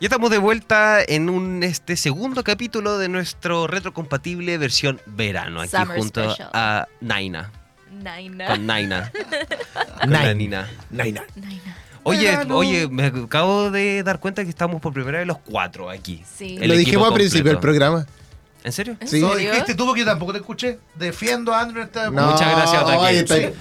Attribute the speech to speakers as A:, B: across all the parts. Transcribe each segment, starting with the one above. A: Ya estamos de vuelta en un este segundo capítulo de nuestro retrocompatible versión verano. Aquí
B: Summer
A: junto
B: special.
A: a Naina.
B: Naina.
A: Con Naina. con
C: Nine.
A: la Nina.
C: Naina.
B: Naina.
A: Oye,
C: Verano.
A: oye, me acabo de dar cuenta que estamos por primera vez los cuatro aquí.
B: Sí.
A: El
C: Lo
A: equipo
C: dijimos al
A: completo.
C: principio del programa.
A: ¿En serio?
B: ¿En
C: Sí.
D: Lo
B: serio?
D: dijiste tú porque yo tampoco te escuché. Defiendo a Andrew. este Esta...
C: No,
A: Muchas gracias, Otaque.
C: oye, te,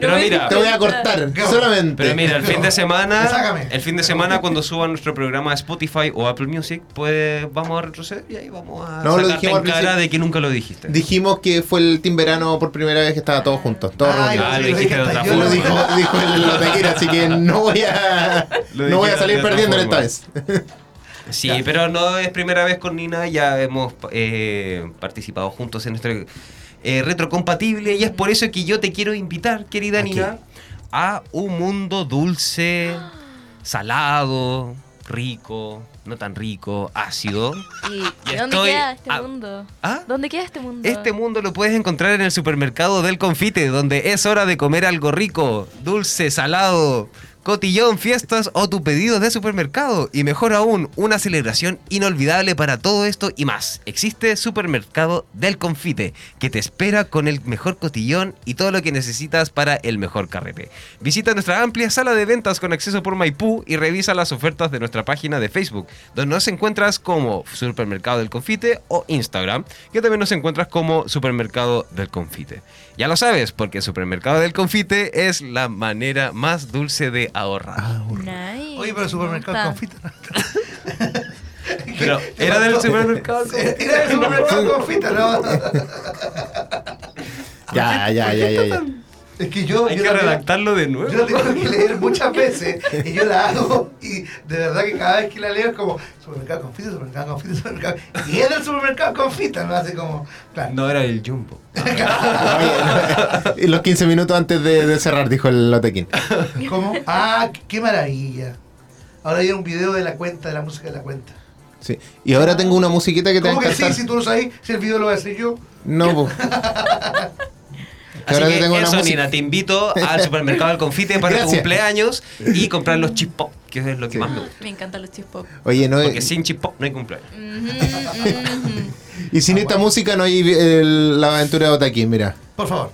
A: Pero mira,
C: te voy a cortar, solamente.
A: pero mira, el fin de semana,
D: Sácame.
A: el fin de semana cuando suba nuestro programa a Spotify o Apple Music, pues vamos a retroceder y ahí vamos a
C: No, lo
A: sacarte en
C: dijimos al
A: cara
C: principio.
A: de que nunca lo dijiste.
C: Dijimos que fue el team verano por primera vez que estaba todos juntos, todos
D: Ay,
C: reunidos.
A: Ah, lo
D: sí,
A: dijiste de otra
D: yo
C: Yo
A: forma.
C: lo dijo, dijo el Otaquera, así que no voy a,
A: Lo
C: no voy
A: dije
C: a salir
A: de otra
C: perdiendo en esta
A: forma.
C: vez.
A: Sí, pero no es primera vez con Nina, ya hemos eh, participado juntos en nuestro eh, retrocompatible y es por eso que yo te quiero invitar, querida
C: Aquí.
A: Nina, a un mundo dulce, salado, rico, no tan rico, ácido.
B: ¿Y,
A: Y
B: dónde
A: estoy-
B: queda este
A: ah,
B: mundo?
A: ¿Ah?
B: ¿Dónde queda este mundo?
A: Este mundo lo puedes encontrar en el supermercado del confite, donde es hora de comer algo rico, dulce, salado, cotillón, fiestas o tu pedido de supermercado. Y mejor aún, una celebración inolvidable para todo esto y más. Existe Supermercado del Confite, que te espera con el mejor cotillón y todo lo que necesitas para el mejor carrete. Visita nuestra amplia sala de ventas con acceso por Maipú y revisa las ofertas de nuestra página de Facebook, donde nos encuentras como Supermercado del Confite o Instagram, que también nos encuentras como Supermercado del Confite. Ya lo sabes, porque Supermercado del Confite es la manera más dulce de ahorrar.
C: Ah.
B: Nice.
D: Oye, pero el supermercado
B: Está.
D: confita.
A: Pero era del supermercado.
D: Era del supermercado confita, ¿no?
C: Ya, ya, ya, ya. ya.
D: Es que yo.
A: Hay
D: yo
A: que
D: la-
A: redactarlo de nuevo.
D: Yo la tengo que leer muchas veces y yo la hago y de verdad que cada vez que la leo es como supermercado confita, supermercado confita, supermercado y es del supermercado confita, no hace como claro.
A: No era el Jumbo.
C: Oye, Y los 15 minutos antes de, de cerrar, dijo el Otequín.
D: ¿Cómo? Ah, qué- qué maravilla. Ahora hay un video de la cuenta, de la música de la cuenta.
C: Sí. Y ahora tengo una musiquita que te va
D: Ah. ¿Cómo
C: a
D: que sí?
C: encantar.
D: Si tú no sabes, si el video lo voy a hacer yo.
C: No, po.
A: Así
C: ahora
A: que
C: te tengo una
A: eso,
C: música.
A: Nina, te invito al supermercado del confite para tu
C: Gracias.
A: cumpleaños y comprar los chip pop, que es lo que
C: Sí.
A: más me gusta.
B: Me encantan los chispop.
C: Oye, no,
A: Porque sin chip pop no hay cumpleaños.
C: y sin esta música no hay eh, la aventura de Otaquín, mira.
D: Por favor.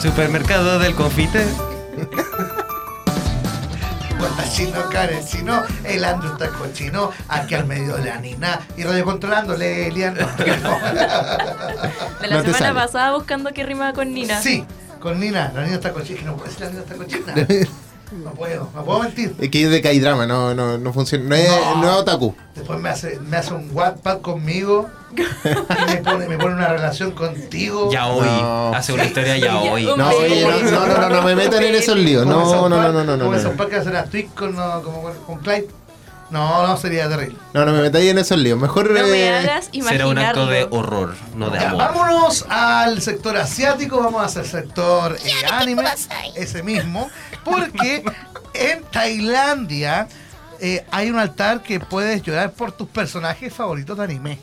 A: Supermercado del confite.
D: Cuenta chino, Karen, si no, el Andrew está cochino, aquí al medio de la nina y radio controlándole, Elian.
B: De la
C: No te
B: semana
C: sale.
B: pasada buscando qué rimaba con Nina.
D: Sí, con Nina, la niña está cochina, no puedo decir la niña está cochina. No puedo, no puedo mentir.
C: Es que es de K-drama, no, no, no funciona. No es,
D: No.
C: no es Otaku.
D: Después me hace, me hace un WhatsApp conmigo y me pone, me pone una relación contigo.
A: Ya hoy.
C: No.
A: Hace una historia ya hoy.
C: No, oye, no, no, no, no, no me metan en esos líos.
D: Como en
C: No, no,
D: South
C: no,
D: Park,
C: no, no, no.
D: Como en
C: No,
D: South Park que hace las tweets con, no, como con, con Clyde. No, no, sería terrible.
C: no, no me metáis en esos líos. Mejor.
B: No me
C: eh,
B: hagas
A: Será
B: imaginarlo.
A: un acto de horror, no de
D: Ya,
A: amor.
D: vámonos al sector asiático, vamos hacia el sector eh, anime, ese mismo, porque en Tailandia eh, hay un altar que puedes llorar por tus personajes favoritos de anime.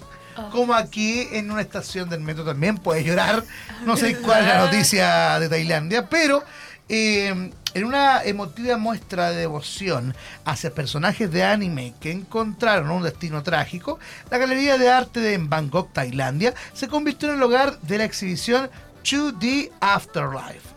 D: Como aquí en una estación del metro también puedes llorar. No sé cuál es la noticia de Tailandia, pero eh, en una emotiva muestra de devoción hacia personajes de anime que encontraron un destino trágico, la Galería de Arte de en Bangkok, Tailandia, se convirtió en el hogar de la exhibición 2D Afterlife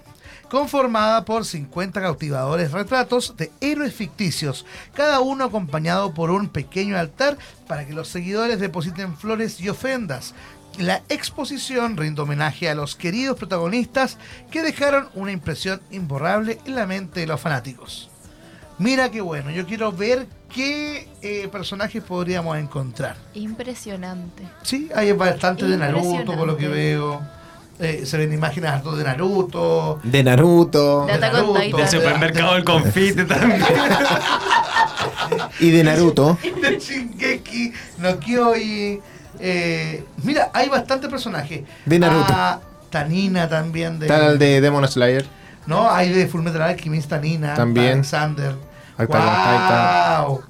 D: conformada por 50 cautivadores retratos de héroes ficticios, cada uno acompañado por un pequeño altar para que los seguidores depositen flores y ofrendas. La exposición rinde homenaje a los queridos protagonistas que dejaron una impresión imborrable en la mente de los fanáticos. Mira qué bueno, yo quiero ver qué eh, personajes podríamos encontrar.
B: Impresionante.
D: Sí, hay bastante de Naruto, por lo que
B: Impresionante.
D: veo. Eh, se ven imágenes hartos de Naruto,
C: De Naruto.
B: De Attack on Titan.
A: Del supermercado del confite también.
C: Y de Naruto.
D: de Shingeki no Kyoji. Eh, mira, hay bastantes personajes.
C: De Naruto.
D: Ah, Tanina también. De,
C: Está el de Demon Slayer.
D: No, hay de Fullmetal Alchemist, Tanina.
C: También.
D: Alexander.
C: Attack on Titan.
D: ¡Wow!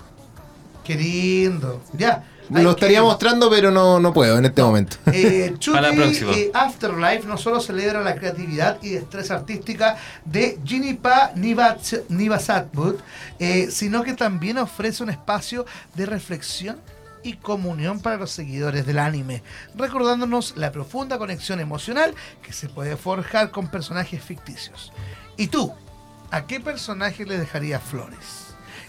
D: ¡Qué lindo! Ya, Hay
C: Lo estaría
D: que-
C: mostrando, pero no, no puedo en este momento.
D: Eh,
A: Para la
D: Chuti
A: próxima.
D: eh, Afterlife no solo celebra la creatividad y destreza artística de Jinipa Nivats- Nivasatbut, eh, sino que también ofrece un espacio de reflexión y comunión para los seguidores del anime, recordándonos la profunda conexión emocional que se puede forjar con personajes ficticios. ¿Y tú? ¿A qué personaje le dejarías flores?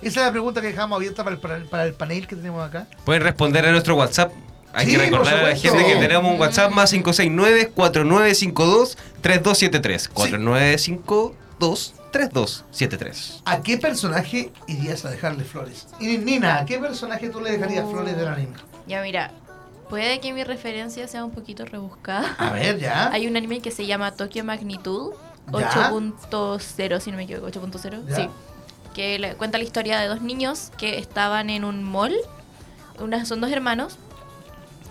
D: Esa es la pregunta que dejamos abierta para el, para el- para el panel que tenemos acá.
A: Pueden responder a nuestro WhatsApp. Hay
D: Sí,
A: que recordar
D: por
A: a la
D: supuesto.
A: gente que tenemos un WhatsApp más 569-4952-3273. 4952-3273.
D: ¿A qué personaje irías a dejarle flores? Y Nina, ¿a qué personaje tú le dejarías
B: Oh.
D: flores del anime?
B: Ya mira, puede que mi referencia sea un poquito rebuscada.
D: A ver, ya.
B: Hay un anime que se llama Tokyo Magnitud
D: Ya.
B: 8.0, si no me equivoco, 8.0.
D: Ya.
B: Sí. Que le- cuenta la historia de dos niños que estaban en un mall. Unas, son dos hermanos.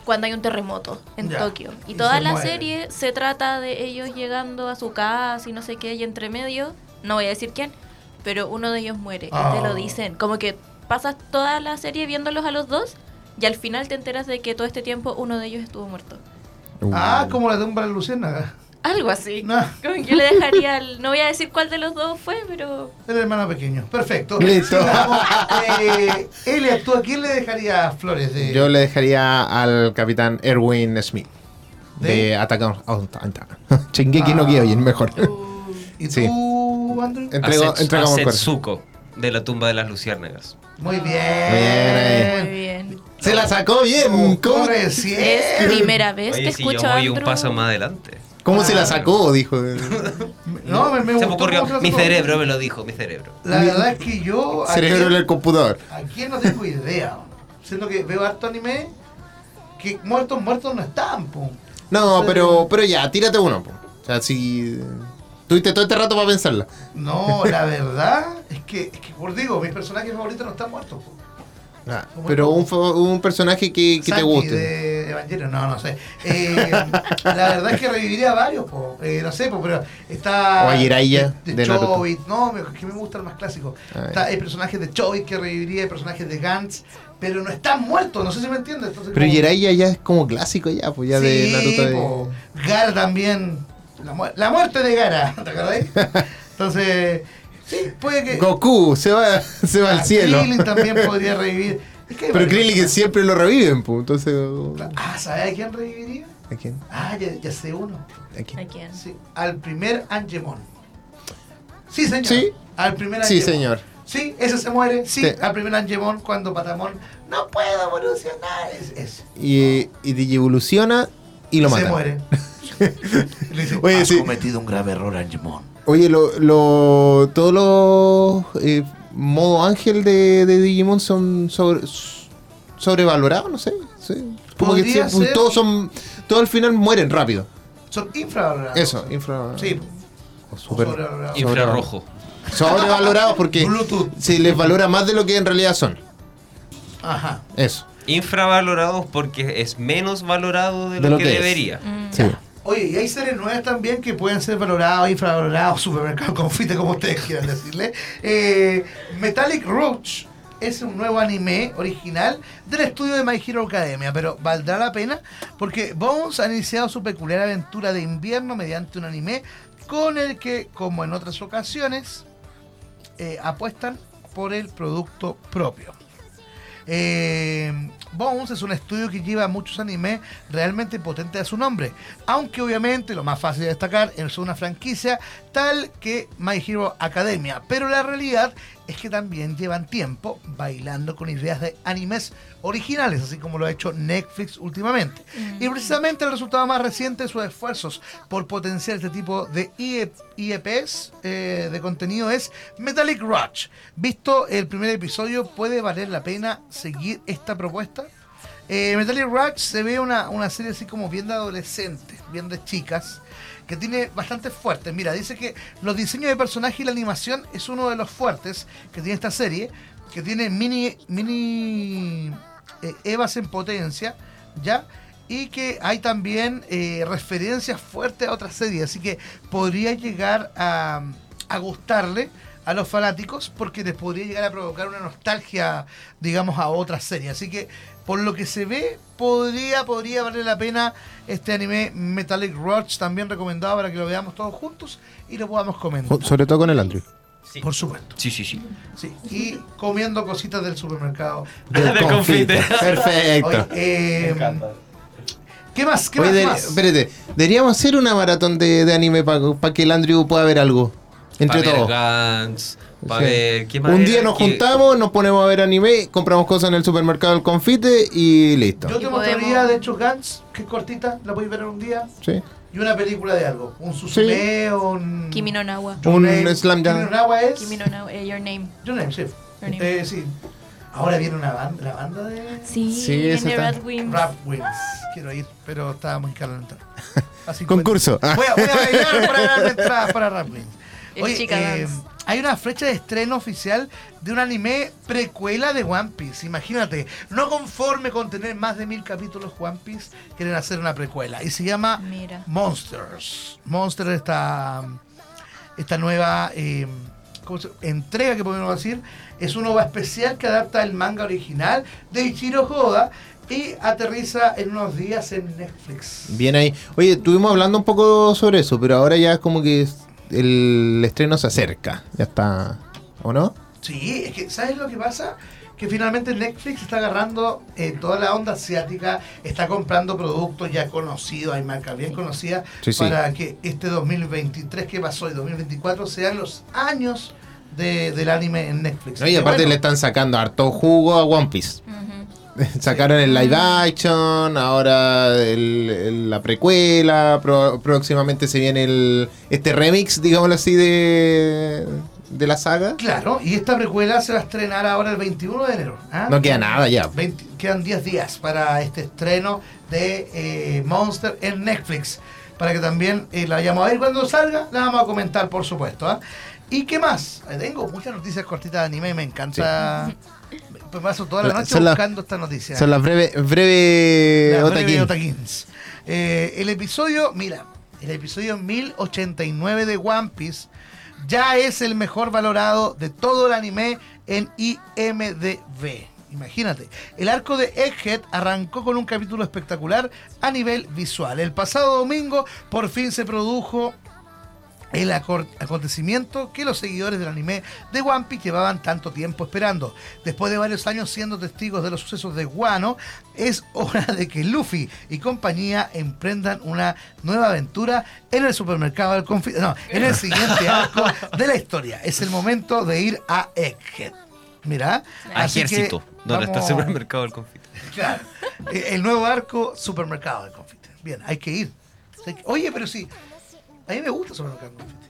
B: Cuando hay un terremoto en
D: Ya.
B: Tokio. Y,
D: Y
B: toda
D: se
B: la
D: mueren.
B: serie se trata de ellos llegando a su casa y no sé qué, y entre medio, no voy a decir quién, pero uno de ellos muere. Y te
D: Oh.
B: lo dicen. Como que pasas toda la serie viéndolos a los dos y al final te enteras de que todo este tiempo uno de ellos estuvo muerto.
D: Ah, como la tumba de Luciana.
B: Algo así.
D: No,
B: Como que yo le dejaría al- No voy a decir cuál de los dos fue, pero.
D: el hermano pequeño. Perfecto.
C: Listo.
D: Sigamos. Eh, Elia, ¿tú a quién le dejarías flores? De...
C: Yo le dejaría al capitán Erwin Smith de,
D: ¿De?
C: Attack on Titan. Shingeki no
D: Ah.
C: Kyojin, mejor.
D: ¿Y
C: sí.
D: tú, Andrew?
C: Entrego,
A: Asetsu-
C: entregamos el cuerpo.
A: Asetsuko, de la tumba de las luciérnagas.
D: Muy bien.
C: ahí.
D: Eh.
B: Muy bien.
C: Se la sacó bien. Uh, ¿Cómo,
B: Es
D: Pobrecien.
B: primera vez que
A: Oye, si yo
B: escucho a
A: voy un
B: Andrew-
A: paso más adelante.
C: cómo
D: Ah.
C: se la sacó? Dijo. eh,
D: No, me, me
A: Se me
D: gustó
A: ocurrió,
D: cómo se la
A: mi
D: sacó.
A: cerebro me lo dijo, mi cerebro.
D: La verdad es que yo. a
C: Cerebro en el computador.
D: ¿A quién no tengo idea? Siento que veo harto anime que muertos, muertos no están, pum.
C: No, pero, pero ya, tírate uno. po. O sea, si. eh, Tuviste todo este rato para pensarla.
D: No, la verdad es que, es que por digo, mis personajes favoritos no están muertos. pum.
C: Ah,
D: Son muy
C: pero
D: pocos.
C: un, fa- un personaje que, que te
D: Saki
C: guste.
D: de Evangelion, no, no sé. Eh, la verdad es que reviviría a varios, po. Eh, no sé, po, pero está.
C: O a Jiraiya,
D: de,
C: de Naruto.
D: Chobit, no, me- es que me gustan más clásicos.
C: Ah,
D: Está- hay personajes de Chobit que reviviría, hay personajes de Gantz, pero no están muertos, no sé si me entiendes. entonces
C: Pero
D: como-
C: Jiraiya ya es como clásico ya, pues ya de
D: Sí,
C: Naruto. de-
D: po. Gara también. La, mu- la muerte de Gara, ¿te acordáis? Entonces, sí, puede que.
C: Goku se va, se va
D: a
C: al cielo.
D: Ah, Krillin también podría revivir. Es que hay
C: Pero
D: varios
C: Krillin que
D: personajes.
C: siempre lo reviven, pues. Entonces. oh,
D: Ah, ¿sabes a quién reviviría?
C: ¿A quién?
D: Ah, ya, ya sé uno.
C: ¿A quién?
B: ¿A quién?
D: Sí, al primer Angemon. Sí, señor.
C: Sí.
D: Al primer
C: Sí,
D: Angemon.
C: señor.
D: Sí, ese se muere. Sí,
C: Sí.
D: al primer Angemon cuando Patamon no puedo evolucionar. Es, es-
C: Y, y digievoluciona y lo mata.
D: Se muere. Le dice,
C: Oye, sí.
D: cometido un grave error, Angemon.
C: Oye, lo, lo, todos los eh, modo ángel de, de Digimon son sobre- s- sobrevalorados, no sé. sí. Como que
D: Podría
C: siempre-
D: ser.
C: todos son. Todos al final mueren rápido.
D: Son infravalorados.
C: Eso, infra.
D: Sí.
C: o super-
D: sobrevalorados.
A: Infrarrojo.
C: sobrevalorados porque
D: Bluetooth.
C: se les valora más de lo que en realidad son.
D: Ajá.
C: Eso.
A: Infravalorados porque es menos valorado de lo,
C: De lo
A: que,
C: que es.
A: debería.
B: Mm,
C: Sí.
D: Oye, y hay series nuevas también que pueden ser valoradas, infravaloradas, supermercado confite, como ustedes quieran decirle. Eh, Metallic Roach es un nuevo anime original del estudio de My Hero Academia, pero valdrá la pena porque Bones ha iniciado su peculiar aventura de invierno mediante un anime con el que, como en otras ocasiones, eh, apuestan por el producto propio. Eh, Bones es un estudio que lleva muchos animes realmente potentes a su nombre. Aunque obviamente lo más fácil de destacar es una franquicia tal que My Hero Academia. Pero la realidad es que también llevan tiempo bailando con ideas de animes originales, así como lo ha hecho Netflix últimamente. Y precisamente el resultado más reciente de sus esfuerzos por potenciar este tipo de IE IEPs E eh, de contenido es Metallic Rush. Visto el primer episodio, ¿puede valer la pena seguir esta propuesta? Eh, Metallic Rush se ve una, una serie así como bien de adolescentes, bien de chicas, que tiene bastante fuerte. Mira, dice que los diseños de personajes y la animación es uno de los fuertes que tiene esta serie, que tiene mini, mini eh, Evas en potencia, ¿ya? Y que hay también eh, referencias fuertes a otras series, así que podría llegar a, a gustarle a los fanáticos porque les podría llegar a provocar una nostalgia, digamos, a otra serie. Así que, por lo que se ve, podría, podría valer la pena este anime Metallic Roach, también recomendado para que lo veamos todos juntos y lo podamos comentar.
C: Jo- Sobre todo con el Andrew.
A: Sí.
D: Por supuesto.
A: Sí, sí, sí.
D: Sí. Y comiendo cositas del supermercado.
A: Del confite.
C: Perfecto.
D: Oye, eh, ¿Qué más? ¿Qué
C: Oye,
D: más?
C: de-
D: ¿Qué más?
C: espérate, deberíamos hacer una maratón de, de anime para que el Andrew pueda ver algo. Entre
A: Pa' ver
C: todos.
A: Guns, pa'
C: Sí.
A: ver qué más
C: Un
A: era
C: día nos
A: que-
C: juntamos, nos ponemos a ver anime, compramos cosas en el supermercado del confite y listo.
D: Yo te
B: Y
D: mostraría,
B: podemos-
D: de hecho, Gantz, que es cortita, la podéis ver en un día.
C: ¿Sí?
D: Y una película de algo. Un Susume, un.
B: Kimi no Nawa.
D: Your
C: Un
D: Name.
C: Slam Dunk.
D: Kimi no Nawa es.
B: Kimi no Nawa, eh, Your Name.
D: Your Name, sí.
B: Your Name.
D: Eh, sí. Ahora viene una banda, la banda de.
B: Sí,
C: Sí,
B: viene
C: esa está-
B: Rad Wimps.
D: Rap Wings. Quiero ir, pero estaba muy caro la entrada. Así que-
C: Concurso.
D: Voy a, voy a bailar para ganar entradas para Rap Wings.
B: El Chica Dance.
D: hay una fecha de estreno oficial de un anime precuela de One Piece. Imagínate, no conforme con tener más de mil capítulos One Piece, quieren hacer una precuela. Y se llama
B: Mira.
D: Monsters. Monsters esta, esta nueva eh, ¿cómo se- entrega que podemos decir. Es una ova especial que adapta el manga original de Ichiro Hoda y aterriza en unos días en Netflix.
C: Bien ahí. Oye, estuvimos hablando un poco sobre eso, pero ahora ya es como que es- el estreno se acerca. Ya está. ¿O no?
D: Sí, es que ¿sabes lo que pasa? Que finalmente Netflix está agarrando eh, toda la onda asiática, está comprando productos ya conocidos, hay marcas bien conocidas,
C: Sí, sí.
D: para que este 2023 que pasó y 2024 sean los años de- del anime en Netflix.
C: No, y aparte
D: Bueno,
C: le están sacando harto jugo a One Piece.
B: Ujú.
C: Sacaron el live action, ahora el- el- la precuela, pro- próximamente se viene el, este remix, digámoslo así, de, de la saga.
D: Claro, y esta precuela se va a estrenar ahora el 21 de enero. ¿ah?
C: No queda nada ya.
D: 20 quedan 10 días para este estreno de eh, Monster en Netflix. Para que también eh, la vayamos a ver cuando salga, la vamos a comentar, por supuesto. ¿ah? ¿Y qué más? Eh, Tengo muchas noticias cortitas de anime y me encanta. Me- me paso toda la
C: La-
D: noche
C: son las-
D: buscando estas noticias.
C: Son las breves breve
D: La breve
C: otaquín.
D: Otaquins. Eh, el episodio, mira, el episodio 1089 de One Piece ya es el mejor valorado de todo el anime en IMDb. Imagínate, el arco de Egghead arrancó con un capítulo espectacular a nivel visual. El pasado domingo por fin se produjo el acor- acontecimiento que los seguidores del anime de One Piece llevaban tanto tiempo esperando. Después de varios años siendo testigos de los sucesos de Wano, es hora de que Luffy y compañía emprendan una nueva aventura en el supermercado del conflicto. No, en el siguiente arco de la historia. Es el momento de ir a Egghead. Mira,
A: Ah,
D: así que
A: Ejército. No, no, está el
D: vamos-
A: supermercado del confite.
D: Claro. Eh, El nuevo arco, supermercado del confite. Bien, hay que ir. Hay que- Oye, pero sí. A mí me gusta el supermercado del confite.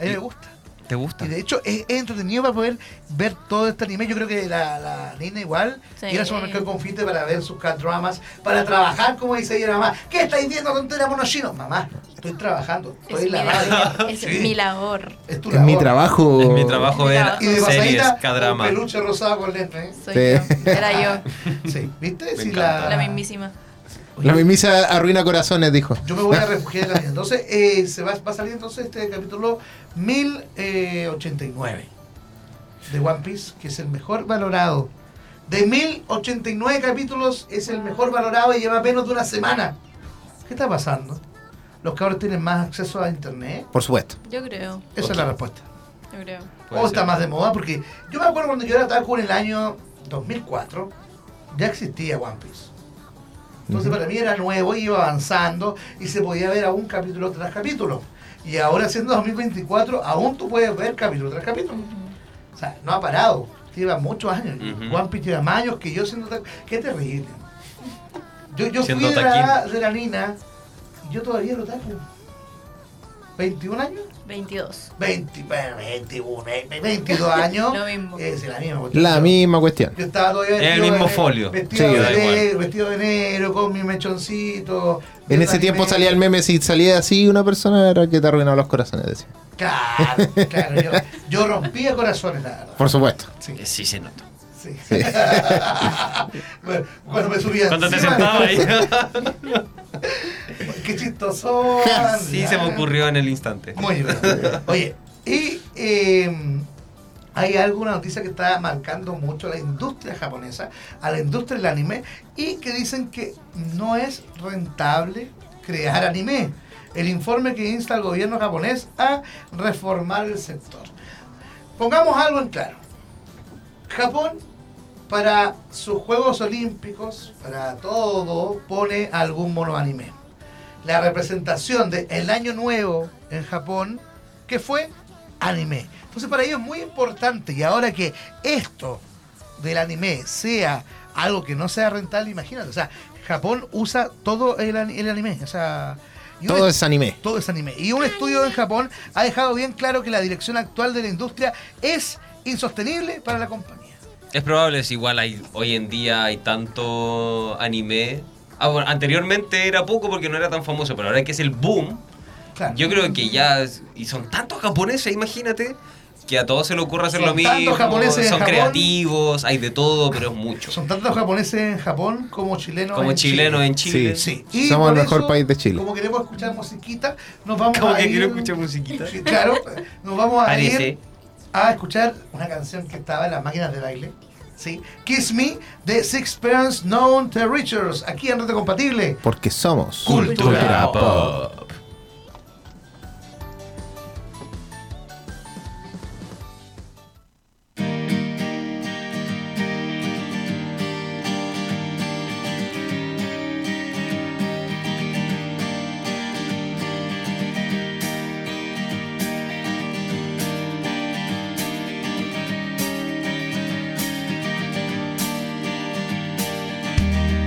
D: A mí me gusta.
A: ¿Te gusta?
D: Y de hecho es, es entretenido para poder ver todo este anime. Yo creo que la, la Nina igual
B: Sí.
D: ir al supermercado del confite para ver sus K-dramas, para trabajar, como dice ella, mamá. ¿Qué estáis viendo tontera monochino? Mamá, estoy trabajando. Estoy
B: Es, mi,
D: en la radio.
B: labor, es
D: Sí,
B: mi labor.
D: es tu
C: Es mi
D: labor.
C: trabajo.
A: Es mi trabajo ver
B: Y
D: Y de
A: series,
D: pasadita, un
A: cadrama.
D: peluche rosado con lentes.
B: Soy
C: Sí.
B: yo. Era yo,
D: ¿eh? Sí, ¿viste?
A: Me
D: Sí,
A: encanta.
B: la mismísima.
C: La mimisa arruina corazones, dijo.
D: Yo me voy a refugiar en la vida. Entonces, eh, se va, va a salir entonces este capítulo eh, 1089 de One Piece, que es el mejor valorado. De 1089 capítulos es el mejor valorado y lleva menos de una semana. ¿Qué está pasando? ¿Los cabros tienen más acceso a internet?
C: Por supuesto.
B: Yo creo,
D: Esa es la respuesta.
B: yo creo.
A: Puede
D: o está
A: ser.
D: más de moda, porque yo me acuerdo cuando yo era otaku en el año 2004, ya existía One Piece. Entonces para mí era nuevo, iba avanzando y se podía ver aún capítulo tras capítulo. Y ahora siendo 2024, aún tú puedes ver capítulo tras capítulo. O sea, no ha parado. Lleva muchos años.
A: Ujú.
D: One Piece lleva más años que yo siendo otaku. Qué terrible. Yo, yo fui
A: Siendo
D: de la,
A: otaquín.
D: de la nina y yo todavía era otaku. ¿21 años?
B: 22.
D: 20, bueno, 21, eh, 22 años.
B: Lo mismo.
D: Es la misma. cuestión.
C: La misma cuestión.
D: Yo estaba todavía
A: Es el
D: vestido
A: mismo
D: de-
A: folio.
D: Vestido,
C: Sí,
D: de
C: da
A: igual.
D: negro, vestido de negro, con mi mechoncito.
C: En ese tiempo salía el meme, si salía así una persona era que te arruinaba los corazones, decía.
D: Claro, claro. Yo, yo rompía corazones, la verdad.
C: Por supuesto.
D: Sí,
A: Eh, Sí, se nota.
D: sí. bueno, cuando me subía.
A: Cuando te
D: encima,
A: sentaba ahí.
D: Qué chistoso.
A: Sí, se me ocurrió en el instante.
D: Muy bien. Oye, Y eh, hay alguna noticia que está marcando mucho a la industria japonesa, a la industria del anime, y que dicen que no es rentable crear anime. El informe que insta al gobierno japonés a reformar el sector. Pongamos algo en claro. Japón para sus Juegos Olímpicos, para todo, pone algún mono anime. La representación del el Año Nuevo en Japón, que fue anime. Entonces para ellos es muy importante y ahora que esto del anime sea algo que no sea rentable, imagínate, o sea, Japón usa todo el, ani- el anime, o sea... y un
C: Todo es anime.
D: todo es anime. Y un estudio en Japón ha dejado bien claro que la dirección actual de la industria es insostenible para la compañía.
A: Es probable, es igual hay, hoy en día hay tanto anime. Ah, bueno, anteriormente era poco porque no era tan famoso, pero ahora que es el boom,
D: Claro.
A: yo creo que ya... es- Y son tantos japoneses, imagínate, que a todos se le ocurre hacer
D: Son
A: lo mismo.
D: tantos japoneses en
A: son
D: Japón.
A: creativos, hay de todo, pero es mucho.
D: Son tantos japoneses en Japón como chilenos
A: Como
D: en Chile.
A: chilenos en Chile.
D: Sí.
C: Somos
D: por
C: el mejor
D: eso,
C: país de Chile.
D: Como queremos escuchar musiquita, nos vamos
A: Como
D: a
A: que
D: ir...
A: quiero escuchar musiquita.
D: Sí, Claro, nos vamos a ir
A: Parece.
D: a escuchar una canción que estaba en las máquinas de baile. Sí. Kiss Me de Six Parents Known Terriers. Aquí en Reto Compatible.
C: Porque somos
D: Cultura
C: Pop.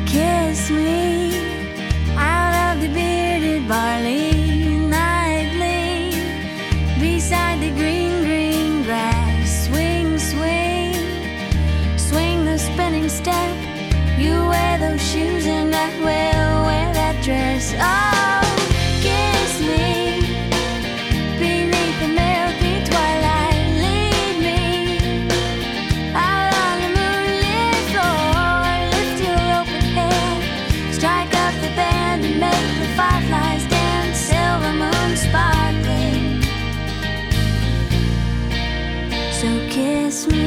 E: Kiss me out of the bearded barley nightly beside the green, green grass. Swing, swing, swing the spinning step. You wear those shoes and I will wear that dress. Oh, kiss me beneath the milky twilight. Lead me out on the moonlit floor, lift your open head, strike up the band and make the fireflies dance, silver moon sparkling. So kiss me.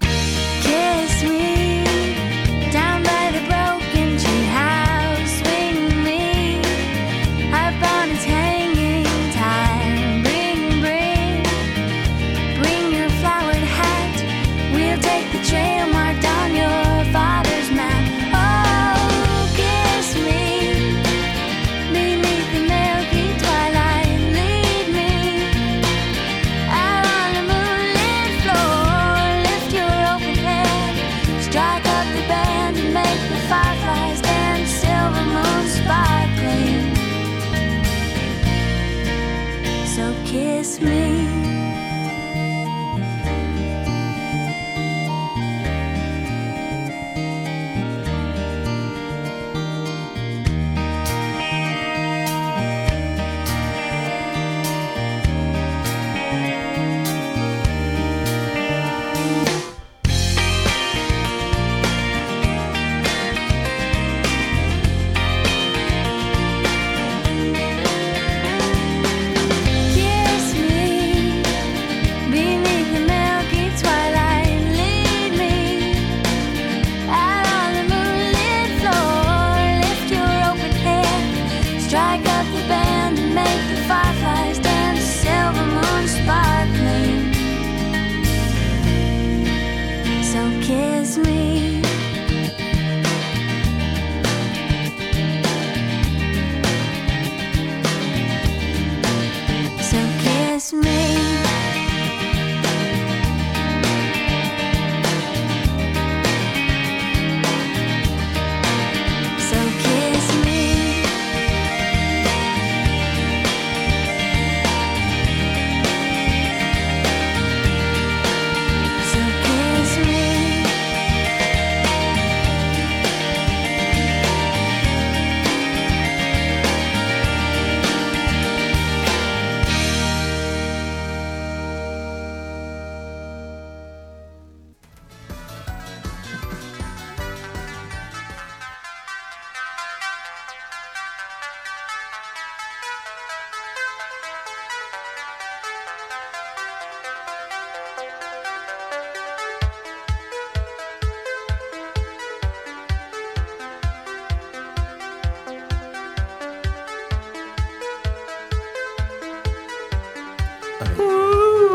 E: Kiss me down by the broken tree house, swing me up on its hanging time. Bring, bring, bring your flowered hat. We'll take the trail marked on your father's map. Oh, kiss me beneath the milky twilight. Lead me out on the moonlit floor, lift your open head, strike up the band and make the fireflies dance, silver moon sparkling. So kiss me. Kiss me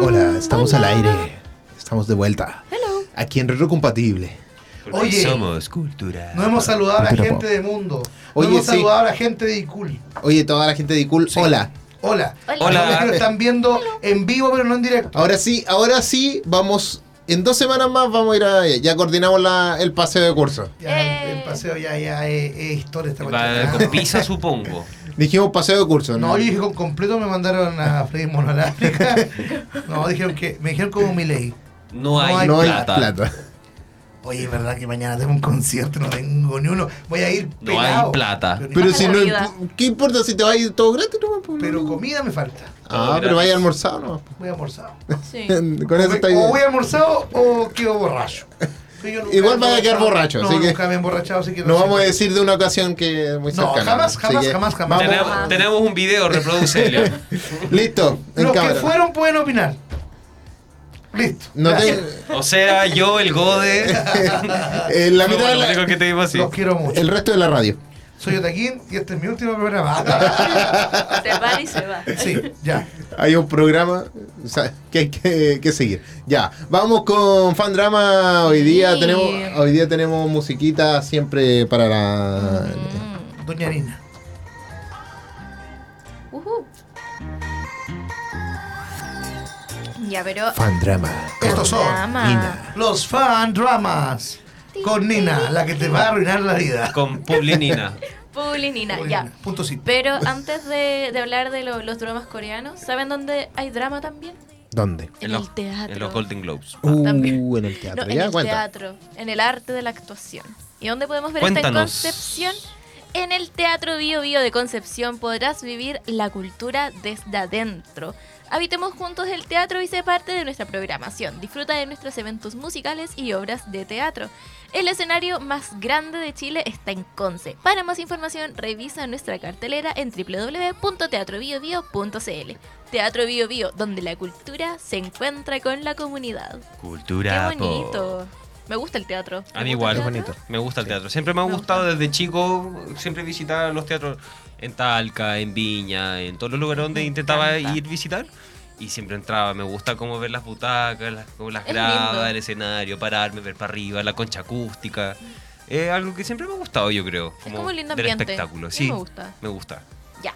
C: Hola, estamos al aire. Estamos de vuelta.
B: Hello.
C: Aquí en Retro Compatible.
A: Porque
D: Oye.
A: somos cultura.
D: No hemos saludado a la
C: Cultura
D: gente
C: pop.
D: de Mundo. No
C: Oye,
D: hemos
C: sí.
D: saludado a la gente de Icul.
C: Oye, toda la gente de Cool, hola.
D: Hola.
B: Hola.
A: Hola.
D: Los que nos están viendo en vivo, pero no en directo.
C: Ahora sí, ahora sí, vamos. En dos semanas más vamos a ir a. Ya coordinamos la- el paseo de curso.
D: Ya, el-
B: Eh.
D: el paseo ya, ya es, es historia esta
A: Va
D: cuestión.
A: con pizza, supongo.
C: Dijimos paseo de curso, ¿no?
D: No, yo dije con completo me mandaron a freír mono a la África. No, dijeron que, me dijeron como mi ley.
A: No hay,
D: hay
C: no hay
A: plata.
C: plata.
D: Oye, es verdad que mañana tengo un concierto, no tengo ni uno. Voy a ir
A: No hay
D: pelado.
A: plata.
D: Pero,
C: Pero
B: Baja
C: si
B: la
C: no.
B: vida.
C: ¿Qué importa si te va a ir todo gratis? No, pues,
D: pero comida me falta.
C: ah, pero vaya almorzado, ¿no?
D: Voy almorzado.
B: Sí.
C: Con
D: O
C: eso
D: me-
C: está
D: o voy
C: bien.
D: almorzado o quedo borracho. Yo nunca
C: Igual
D: me
C: vaya a
D: he
C: quedar borracho,
D: emborrachado. No,
C: así que-
D: nunca me he emborrachado, así que
C: No
D: sé.
C: vamos a decir de una ocasión que es muy
D: No,
C: cercana.
D: jamás,
C: Así
D: jamás,
C: que
D: jamás, jamás.
A: Tenemos, tenemos un video, reproducelo.
C: Listo, en
D: Los
C: cámara.
D: que fueron pueden opinar. Listo.
C: No te-
D: Gracias.
A: O sea, yo, el Gode.
C: eh, la mitad de
A: Bueno,
C: la-
A: lo único que te digo así.
D: Los quiero mucho.
C: el resto de la radio.
D: Soy Otaquín y este es mi último programa.
B: Se va y se va.
D: sí, ya.
C: Hay un programa o sea, que hay que, que seguir. Ya, vamos con fan drama. Hoy día
B: Sí.
C: tenemos hoy día tenemos musiquita siempre para la
B: Mm.
D: Doña Nina.
B: Ujú. Ya, pero.
C: fan drama.
D: Estos son
B: Drama.
C: Nina.
D: los fan dramas con Nina, la que te va a arruinar la vida.
A: Con Publinina.
B: Pulinina,
D: Con
B: ya.
D: Nina. Punto sí.
B: Pero antes de, de hablar de lo- los dramas coreanos, ¿saben dónde hay drama también?
C: ¿Dónde?
B: En el teatro.
A: En los Golden Globes.
C: Uh,
B: Ah, También.
C: en el teatro.
B: No, en
C: ya
B: el
C: cuenta.
B: teatro, en el arte de la actuación. ¿Y dónde podemos ver esta
A: Cuéntanos.
B: Concepción? En el Teatro Bio Bio de Concepción podrás vivir la cultura desde adentro. Habitemos juntos el teatro y sé parte de nuestra programación. Disfruta de nuestros eventos musicales y obras de teatro. El escenario más grande de Chile está en Conce. Para más información, revisa nuestra cartelera en www.teatrobiobio.cl. Teatro Bio Bio, donde la cultura se encuentra con la comunidad.
A: Cultura.
B: Qué
A: pop.
B: bonito. Me gusta el teatro.
A: A mí
B: ¿Te gusta
A: igual.
B: el
A: Es
B: teatro?
A: Me gusta el teatro. Siempre me ha
B: Me
A: gustado desde chico, siempre visitar los teatros en Talca, en Viña, en todos los lugares donde
B: Me
A: intentaba
B: encanta.
A: ir visitar. Y siempre entraba, me gusta como ver las butacas, las, como las
B: Es
A: gradas,
B: lindo.
A: el escenario, pararme, ver para arriba, la concha acústica. Es algo que siempre me ha gustado, yo creo.
B: Es como un lindo
A: del
B: ambiente.
A: espectáculo,
B: A mí
A: sí.
B: Me gusta.
A: Me gusta.
B: Ya.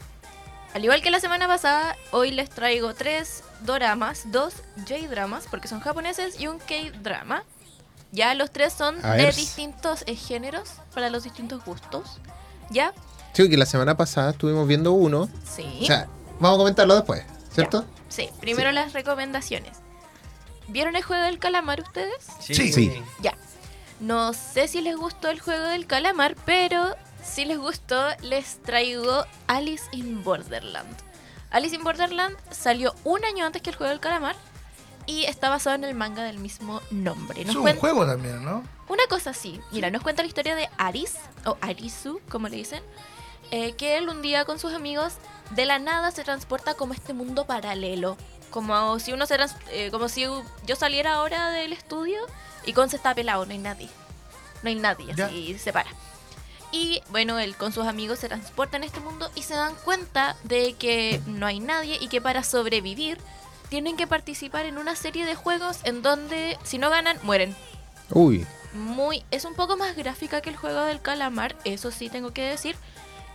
B: Al igual que la semana pasada, hoy les traigo tres doramas, dos J-dramas, porque son japoneses, y un K-drama. Ya los tres son
C: A
B: de
C: ver.
B: distintos eh, géneros, para los distintos gustos. ¿Ya?
C: Sí, que la semana pasada estuvimos viendo uno.
B: Sí.
C: O sea, vamos a comentarlo después, ¿cierto?
B: Ya. Sí. Primero las recomendaciones. ¿Vieron el juego del calamar ustedes?
D: Sí.
C: Sí.
B: Ya. No sé si les gustó el juego del calamar, pero si les gustó, les traigo Alice in Borderland. Alice in Borderland salió un año antes que el juego del calamar y está basado en el manga del mismo nombre.
D: Es
B: Nos
D: un
B: cuen-
D: juego también, ¿no?
B: una cosa así, mira, nos cuenta la historia de Aris, o Arisu, como le dicen, eh, que él un día con sus amigos de la nada se transporta como a este mundo paralelo. Como si uno se trans- eh, como si u- yo saliera ahora del estudio y Conce está pelado, no hay nadie. No hay nadie,
D: Ya.
B: así se para. Y bueno, él con sus amigos se transporta en este mundo y se dan cuenta de que no hay nadie y que para sobrevivir tienen que participar en una serie de juegos en donde si no ganan, mueren
C: Uy,
B: muy es un poco más gráfica que el juego del calamar, eso sí tengo que decir.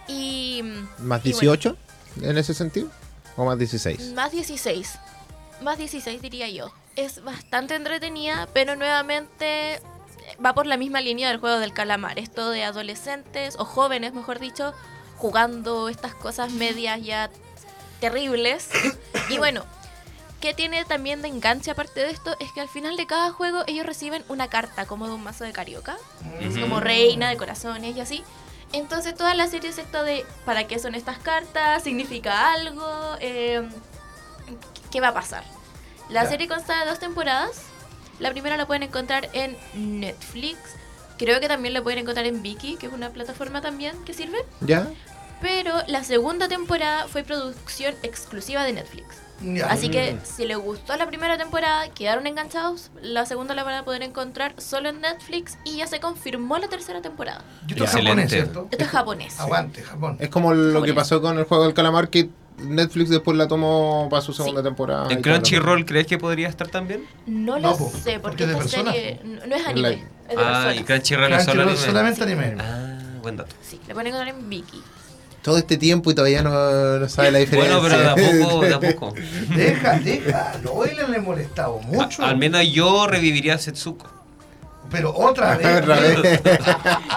B: Y mm,
C: más
B: Y bueno.
C: 18 en ese sentido o más 16.
B: más 16. Más 16 diría yo. Es bastante entretenida, pero nuevamente eh, va por la misma línea del juego del calamar, esto de adolescentes o jóvenes, mejor dicho, jugando estas cosas medias ya terribles. Y bueno, que tiene también de enganche aparte de esto es que al final de cada juego ellos reciben una carta como de un mazo de carioca.
A: Ujú.
B: como reina de corazones y así. Entonces toda la serie es esto de para qué son estas cartas, significa algo, Eh, qué va a pasar. La serie consta de dos temporadas. La primera la pueden encontrar en Netflix. Creo que también la pueden encontrar en Viki, que es una plataforma también que sirve.
C: ¿Ya?
B: Pero la segunda temporada fue producción exclusiva de Netflix.
D: Ya.
B: Así que si les gustó la primera temporada, quedaron enganchados. La segunda la van a poder encontrar solo en Netflix y ya se confirmó la tercera temporada.
D: Yo estoy
A: Excelente.
D: japonés, ¿cierto?
B: Esto es japonés.
D: Aguante, Japón.
C: Es como lo que
B: Japonés.
C: pasó con el juego del calamar que Netflix después la tomó para su segunda
B: Ah,
C: temporada. y
A: ¿En
C: todo lo-
A: Crunchyroll crees que podría estar también?
B: No
D: No,
B: lo
D: po,
B: sé,
D: porque
B: porque
D: es de
B: esta
D: personas,
B: serie
D: po.
B: no no es
C: La-
B: anime, es de
A: Ah, y
B: personas.
A: Crunchyroll es solo
D: Crunchyroll
A: anime.
D: solamente anime.
A: Ah, buen dato.
B: Sí, le ponen con en Vicky.
C: Todo este tiempo y todavía no, no sabe la diferencia.
A: Bueno, pero de a poco, de a poco.
D: Deja, deja. Lo Oilen le he molestado mucho.
A: A- al menos yo reviviría a Setsuko.
D: Pero otra vez.
C: Otra vez.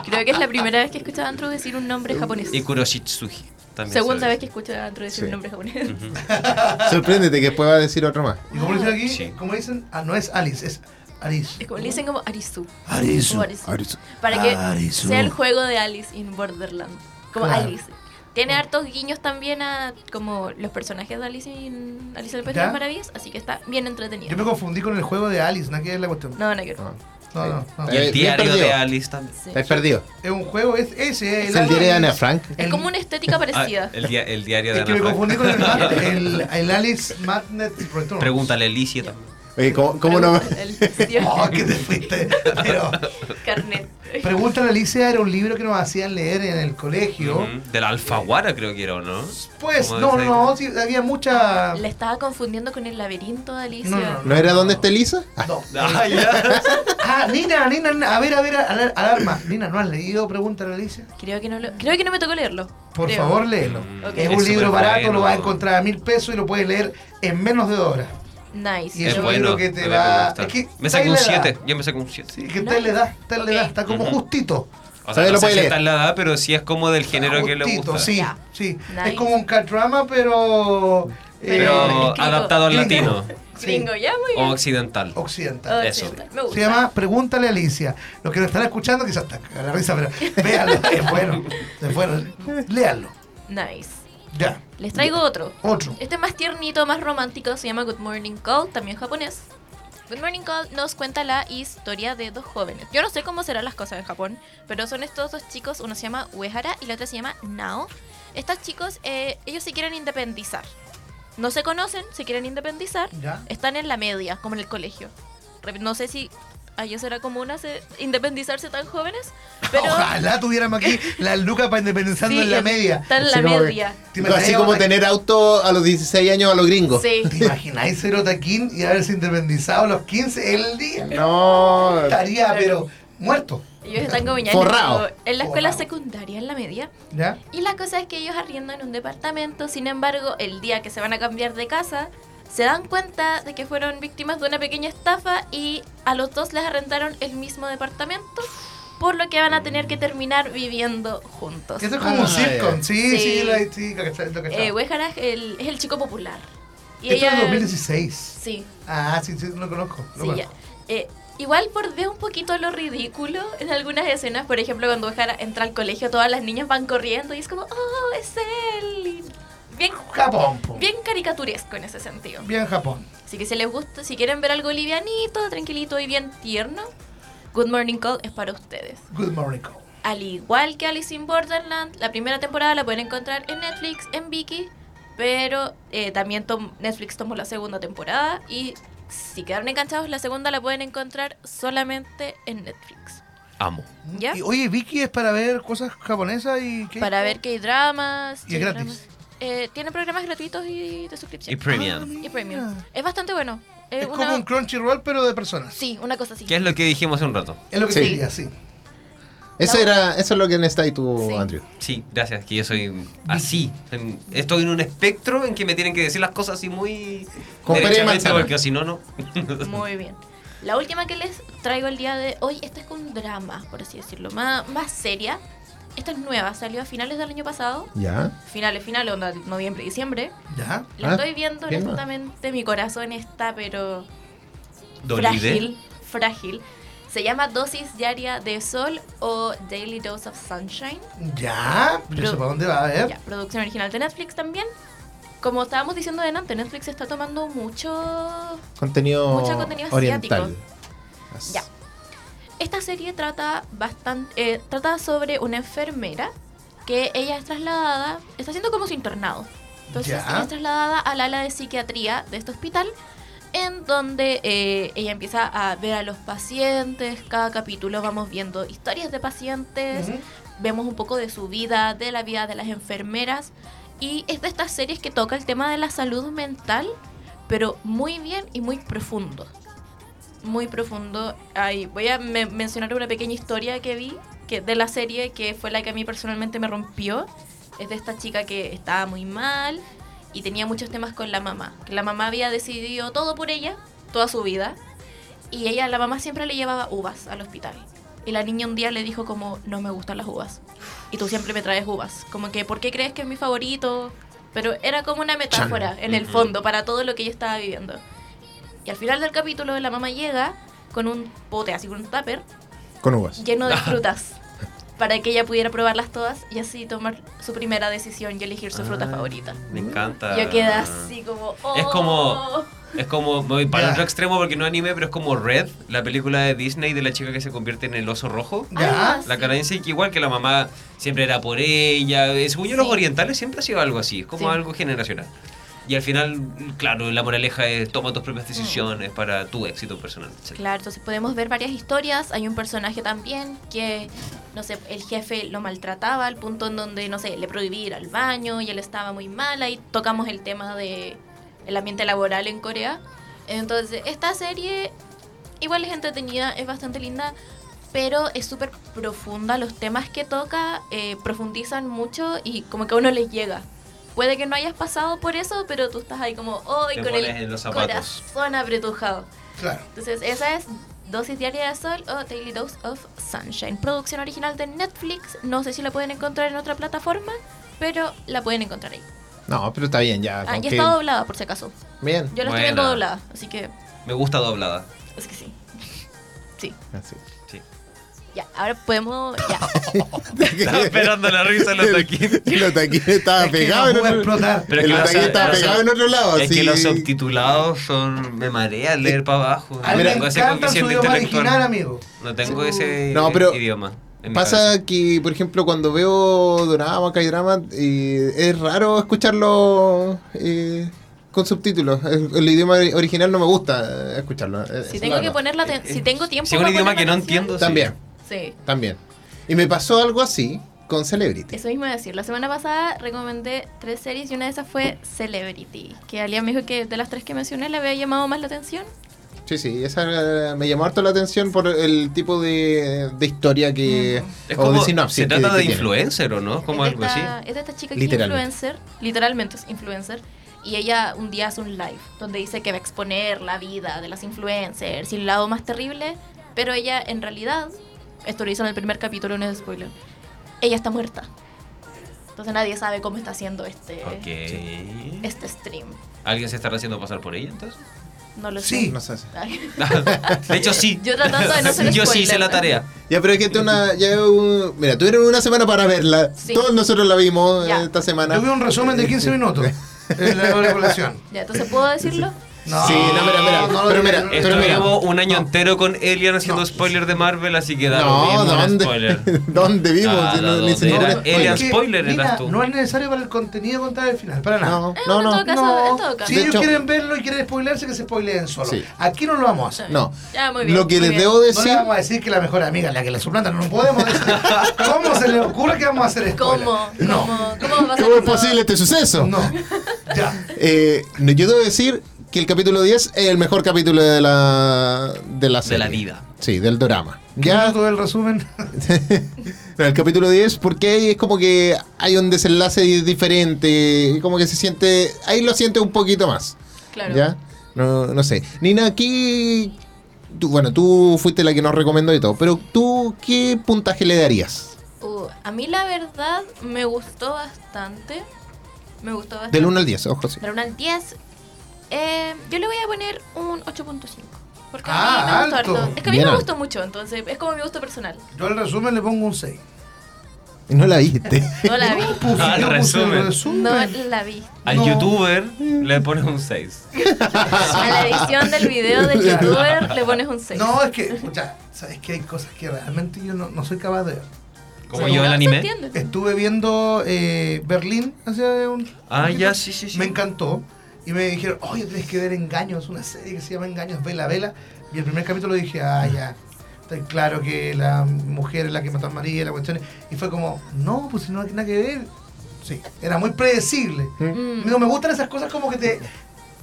B: Creo que es la primera vez que escucho a Andrew decir un nombre japonés.
A: Y Kuroshitsuji. También
B: Segunda
A: sabe.
B: vez que escucho a Andrew decir
C: Sí.
B: un nombre japonés.
C: Sorpréndete que después va a decir otro más.
D: ¿Y como dicen aquí?
A: Sí.
D: Como dicen? Ah, no es Alice, es
B: Es
D: Alice.
B: como, le dicen como Arisu.
D: Arisu.
B: O Arisu. Para que
D: Arisu.
B: sea el juego de Alice in Borderland. Como
D: Claro.
B: Alice. Tiene hartos guiños también a como los personajes de Alice en Alice en el País de
D: ¿Ya?
B: las Maravillas, así que está bien
D: Yo
B: entretenido.
D: me confundí con el juego de Alice, ¿no? Que es la cuestión.
B: No, no quiero.
C: Ah,
D: No, no, no.
A: Y
C: Eh,
A: el
C: bien
A: diario
C: perdido.
A: de Alice también.
B: Sí.
C: Estáis perdido.
D: Es un juego, es
B: Eh,
D: ese.
C: ¿Es
D: el
C: el diario de
D: Alice.
C: Ana Frank?
B: Es
D: El-
B: como una estética parecida.
A: Ah, el, dia- el diario de
D: Es que
A: Ana
D: me
A: Frank.
D: confundí con el, Mad- el, el Alice Madnet Return.
A: Pregúntale a Licia también.
C: Oye, Eh, ¿cómo, cómo no?
B: El, el tío
D: Oh, que te fuiste. Pero,
B: Carnet.
D: pregúntale a Alicia era un libro que nos hacían leer en el colegio.
A: Ujú. De la Alfaguara creo que era, ¿o ¿no?
D: Pues,
A: Como
D: no,
A: dice-
D: no, sí, había mucha. ah,
B: Le estaba confundiendo con el laberinto de Alicia.
D: No, no,
C: ¿No era donde está Elisa? Ah,
D: No.
A: Ah, ya.
D: Ah, Nina, Nina, Nina, a ver, a ver, alar- alarma. Nina, ¿no has leído? Pregúntale a Alicia.
B: Creo que no lo- creo que no me tocó leerlo.
D: Por
B: Creo.
D: favor, léelo.
A: Mm,
B: Ok.
D: Es
A: es
D: un libro
A: súper
D: barato, lo
A: bueno.
D: vas a encontrar a mil pesos y lo puedes leer en menos de dos horas.
B: Nice.
D: Y
A: Es
D: Yo
A: bueno.
D: creo que te
A: a ver,
D: va-
A: me gusta.
D: es que
A: me saqué un
D: está en la
A: 7. Yo me saqué un 7.
D: Sí, que tal le da, tal le da,
B: Ok.
D: está como
A: Ujú.
D: justito.
A: O sea,
C: ¿Sabes
A: no
C: lo
A: sé
C: puede
A: si
C: leer?
A: está en la edad, pero sí es como del género que le
D: Justito,
A: gusta.
D: Sí,
B: Ya.
D: sí.
B: Nice.
D: Es como un catrama, pero. eh,
A: Pero
B: Pero-
A: adaptado al
D: Gringo.
A: latino
D: sí,
B: Gringo, ya Eh, muy
A: o
B: bien.
A: occidental.
D: Occidental.
A: Eso.
B: Occidental. Me gusta.
D: Se llama Pregúntale a Alicia. Los que lo están escuchando quizás están cagados de la risa, pero véanlo, es bueno. Es bueno. Léanlo.
B: Nice.
D: Ya.
B: Les traigo otro.
D: Otro.
B: Este es más tiernito, más romántico, se llama Good Morning Call, también japonés. Good Morning Call nos cuenta la historia de dos jóvenes. Yo no sé cómo serán las cosas en Japón, pero son estos dos chicos, uno se llama Uehara y la otra se llama Nao. Estos chicos, eh, ellos se quieren independizar. No se conocen, se quieren independizar.
D: Ya.
B: Están en la media, como en el colegio. Re- No sé si a ellos era común hacer- independizarse tan jóvenes, pero...
D: Ojalá tuviéramos aquí las lucas para independizarnos
B: sí,
D: en la media.
B: Están en la
C: así como que-
B: media.
D: ¿Te imaginas
C: así como
D: ahora-
C: tener auto a los 16 años a los gringos.
B: Sí.
D: ¿Te imagináis ser otaquín y haberse independizado a los 15 el día?
C: No.
D: Estaría, pero muerto.
B: Ellos están como ya
C: Forrao.
B: en la escuela
D: Forrao.
B: secundaria, en la media.
D: ¿Ya?
B: Y la cosa es que ellos arriendan un departamento, sin embargo, el día que se van a cambiar de casa, se dan cuenta de que fueron víctimas de una pequeña estafa y a los dos les arrendaron el mismo departamento, por lo que van a tener que terminar viviendo juntos.
D: Que Eso es como un
C: Ah, ya.
D: sitcom. Sí, sí,
B: Sí.
D: la, sí, lo que está- lo que está.
B: Eh, Uehara es el, es el chico popular. Y
D: Esto es
B: ella...
D: 2016.
B: Sí,
D: Ah, sí, sí, no lo conozco. lo
B: Sí, ya.
D: conozco.
B: Eh, igual bordea un poquito lo ridículo en algunas escenas, por ejemplo, cuando Ojara entra al colegio, todas las niñas van corriendo y es como, oh, es él. Y Bien,
D: Japón, po.
B: bien caricaturesco en ese sentido.
D: Bien Japón.
B: Así que si les gusta, si quieren ver algo livianito, tranquilito y bien tierno, Good Morning Call es para ustedes.
D: Good morning. Call.
B: Al igual que Alice in Borderland, la primera temporada la pueden encontrar en Netflix, en Viki, pero eh, también tom- Netflix tomó la segunda temporada y si quedaron enganchados, la segunda la pueden encontrar solamente en Netflix.
A: Amo.
B: ¿Ya?
D: Y, oye, Vicky es para ver cosas japonesas y qué?
B: Para ver que hay dramas. Eh,
D: Y es gratis.
B: tiene programas gratuitos y de
A: Y
B: suscripción.
A: Premium.
B: Y premium. Es bastante bueno. Eh,
D: Ah, Es
B: una-
D: como un Crunchyroll, pero de personas.
B: Sí, una cosa así.
A: ¿Qué es lo que dijimos hace un rato?
D: Es lo que
C: Sí.
D: quería, sí.
C: Eso, era, eso es lo que necesitas tú,
B: Sí.
C: Andrew.
A: Sí, gracias, que yo soy así. Soy- Estoy en un espectro en que me tienen que decir las cosas así muy
C: Con pera y
A: derechamente,
C: manzana.
A: porque si no, no.
B: Muy bien. La última que les traigo el día de hoy, esta es con drama, por así decirlo, más, más seria. Esta es nueva, salió a finales del año pasado.
C: Ya.
B: Finales, finales, onda, noviembre, diciembre.
D: ¿Ya?
B: La
C: Ah,
B: estoy viendo,
C: bien.
B: honestamente, mi corazón está, pero
A: Dolide.
B: frágil, frágil. Se llama Dosis Diaria de Sol o Daily Dose of Sunshine.
D: ¿Ya? Yo
B: Pero-
D: sé para dónde va a
C: Ah.
D: ver.
B: Ya, producción original de Netflix también. Como estábamos diciendo delante, Netflix está tomando mucho
C: Contenido,
B: Mucho contenido
C: oriental.
B: Ya. Esta serie trata bastante eh, trata sobre una enfermera que ella es trasladada, está haciendo como su internado. Entonces
D: Ya.
B: ella es trasladada al ala de psiquiatría de este hospital, en donde eh, ella empieza a ver a los pacientes. Cada capítulo vamos viendo historias de pacientes,
D: Ujú.
B: vemos un poco de su vida, de la vida de las enfermeras. Y es de estas series que toca el tema de la salud mental, pero muy bien y muy profundo. Muy profundo. Ahí voy a me- mencionar una pequeña historia que vi que de la serie que fue la que a mí personalmente me rompió. Es de esta chica que estaba muy mal y tenía muchos temas con la mamá. Que la mamá había decidido todo por ella, toda su vida. Y ella, la mamá siempre le llevaba uvas al hospital. Y la niña un día le dijo como, no me gustan las uvas. Y tú siempre me traes uvas. Como que, ¿por qué crees que es mi favorito? Pero era como una metáfora, en el fondo, para todo lo que ella estaba viviendo. Y al final del capítulo, la mamá llega con un pote, así con un tupper,
C: Con uvas.
B: lleno de frutas. Para que ella pudiera probarlas todas y así tomar su primera decisión y elegir su fruta favorita.
A: Me encanta.
B: Yo quedé así como... "Oh".
A: Es como- Es como, me voy para el
D: Ya.
A: otro extremo porque no anime, pero es como Red, la película de Disney de la chica que se convierte en el oso rojo.
D: Ya.
A: La canadiense que igual que la mamá siempre era por ella. eh, Según yo, los
B: Sí.
A: orientales siempre ha sido algo así, es como
B: Sí.
A: algo generacional. Y al final, claro, la moraleja es toma tus
B: Mm.
A: propias decisiones para tu éxito personal. etc.
B: Claro, entonces podemos ver varias historias. Hay un personaje también que, no sé, el jefe lo maltrataba al punto en donde, no sé, le prohibía ir al baño y él estaba muy mal. Ahí tocamos el tema de el ambiente laboral en Corea. Entonces, esta serie igual es entretenida, es bastante linda, pero es súper profunda. Los temas que toca eh, profundizan mucho y como que a uno les llega. Puede que no hayas pasado por eso, pero tú estás ahí como, hoy
A: Te
B: con
A: pones en
B: el
A: los zapatos.
B: corazón apretujado.
D: Claro.
B: Entonces, esa es Dosis Diaria de Sol o Daily Dose of Sunshine. Producción original de Netflix. No sé si la pueden encontrar en otra plataforma, pero la pueden encontrar ahí.
C: No, pero está bien, ya.
B: Ah,
C: con
B: y
C: que-
B: está doblada, por si acaso.
C: Bien.
B: Yo la estoy
A: Buena.
B: viendo doblada, así que,
A: Me gusta doblada.
B: así que sí. Sí,
C: Así.
A: Sí.
B: ya, ahora podemos. Ya.
A: Estaba esperando la risa de los taquines.
C: Los taquines estaban
D: Es que
C: pegados en
D: no puedo
C: otro
D: explotar.
A: Pero
C: el
A: que los-
C: detalle estaba
A: los-
C: pegado en otro lado.
A: Es que
C: así.
A: los subtitulados son. Me marea leer para abajo.
D: A mí me
A: ese
D: encanta su
A: coeficiente
D: idioma
A: intelectual.
D: original, amigo.
A: No tengo ese
C: No, pero
A: idioma. en mi cabeza.
C: Pasa que, por ejemplo, cuando veo drama, hay drama, es raro escucharlo eh, con subtítulos. El, el idioma ori- original no me gusta eh, escucharlo. eh,
B: Si
C: es
B: tengo que
C: raro.
B: poner la aten- Si tengo tiempo.
A: Si es un
B: para
A: idioma
B: poner
A: que no
B: atención,
A: entiendo. sí.
C: También,
B: Sí.
C: también. Y me pasó algo así con Celebrity.
B: Eso mismo iba a decir. La semana pasada recomendé tres series y una de esas fue Celebrity. Que alguien me dijo que de las tres que mencioné le había llamado más la atención.
C: Sí, sí, esa eh, me llamó harto la atención por el tipo de, de historia que...
B: Mm.
A: Es
C: o
A: como,
C: de sinopsis.
A: se
C: que-
A: trata
C: que
A: de
C: tiene.
A: influencer, ¿o no? Como
B: es
A: algo
B: de
A: así.
B: esta, Es de esta chica que es
C: Literalmente.
B: influencer, literalmente es influencer, y ella un día hace un live donde dice que va a exponer la vida de las influencers y el lado más terrible, pero ella en realidad, esto lo hizo en el primer capítulo, no es spoiler, ella está muerta. Entonces nadie sabe cómo está haciendo este,
A: Ok.
B: este stream.
A: ¿Alguien se estará haciendo pasar por ella entonces?
B: No lo
D: Sí.
C: No sé. sí.
B: sé. Ay,
A: de hecho, sí.
B: Yo tratando de no ser
A: Yo sí hice
B: spoiler.
A: la tarea.
C: Ya, pero es que esta es una, ya es un- mira, tuvieron una semana para verla.
B: Sí.
C: Todos nosotros la vimos
B: Ya.
C: eh, esta semana.
D: Yo vi un resumen de 15 minutos en la regulación.
B: Ya, entonces puedo decirlo.
C: Sí, no, mira, mira,
D: lo
C: pero mira,
D: digas, no lo
C: esto
D: digas.
A: Estuvimos un año entero con Elian haciendo
D: No.
A: spoiler de Marvel, así que da lo mismo
C: No,
A: un
C: ¿dónde?
A: spoiler.
C: ¿Dónde vimos?
A: Ah,
C: Si no,
A: no,
C: ni
A: ¿dónde era?
C: siquiera era spoiler.
A: Elias
D: Porque,
A: spoiler eras
D: mira,
A: tú.
D: No es necesario para el contenido contar el final, para nada.
C: No,
B: Eh,
C: no,
B: en
C: no.
B: todo caso,
D: No,
B: en todo caso.
D: si
C: De
D: ellos
C: hecho-
D: quieren verlo y quieren spoilearse, que se spoileen solo.
C: Sí.
D: Aquí no lo vamos a hacer.
C: no.
B: Ya, muy bien,
C: Lo que
B: muy
C: les
B: bien.
C: debo
D: No
C: decir,
D: le vamos a decir que la mejor amiga es la que la suplanta, no podemos decir. ¿Cómo se le ocurre que vamos a hacer spoiler?
B: ¿Cómo?
D: No.
B: ¿Cómo? ¿Cómo va a ser
C: ¿cómo es
B: todo?
C: posible este suceso?
D: No. Ya.
C: Eh, no, yo debo decir que el capítulo 10 es el mejor capítulo de la, de la serie.
A: la vida.
C: Sí, del drama.
D: Ya
C: Ya,
D: todo el resumen.
C: pero el capítulo 10, porque ahí es como que hay un desenlace diferente, como que se siente, ahí lo siente un poquito más.
B: Claro.
C: ¿Ya? No, no sé. Nina, aquí. Tú, bueno, tú fuiste la que nos recomendó y todo, pero tú, ¿qué puntaje le darías?
B: Uh, a mí la verdad me gustó bastante. Me gustó bastante.
C: Del 1 al 10, ojo, sí.
B: Del uno al 10. eh, yo le voy a poner un 8.5. Porque
D: Ah,
B: a mí me gustó
D: alto.
B: harto. Es que a mí
C: Bien
B: me
C: alto.
B: gustó mucho, entonces es como mi gusto personal.
D: Yo al resumen le pongo un 6.
C: No la viste.
B: No la vi.
D: Puse,
A: Al
D: yo puse el
A: resumen.
D: resumen.
B: No la vi.
A: Al
D: No.
A: youtuber le pones un 6.
B: A la edición del video del youtuber le pones un 6.
D: No, es que, ya, sabes que hay cosas que realmente yo no, no soy capaz de ver.
A: Como yo el anime.
D: Estuve viendo eh, Berlín hace un.
A: Ah, ya, sí, sí, sí.
D: Me encantó. Y me dijeron, oye, tienes que ver Engaños, una serie que se llama Engaños, Vela Vela. Y el primer capítulo dije, ah, ya. Está claro que la mujer es la que mató a María, la cuestión. es-". Y fue como, no, pues no tiene nada que ver. Sí, era muy predecible.
A: Mm.
B: Mm,
D: No, me gustan esas cosas como que te,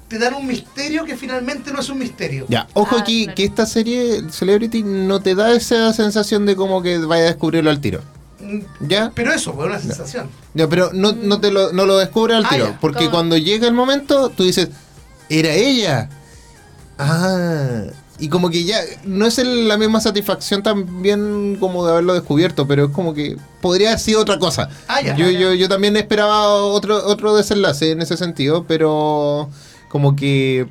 D: te dan un misterio que finalmente no es un misterio.
C: Ya, ojo
B: Ah,
C: aquí
B: claro.
C: que esta serie Celebrity no te da esa sensación de como que vaya a descubrirlo al tiro.
D: Mm,
C: ¿Ya?
D: Pero eso, fue una sensación.
C: Ya, pero no, no te lo, no lo descubre al
D: Ah,
C: tiro.
D: ya.
C: Porque
B: Como-
C: cuando llega el momento, tú dices, era ella. Ah. Y como que ya, no es el- la misma satisfacción también como de haberlo descubierto, pero es como que podría haber sido otra cosa.
D: Ah, ya.
C: yo, yo, yo también esperaba otro, otro desenlace en ese sentido, pero como que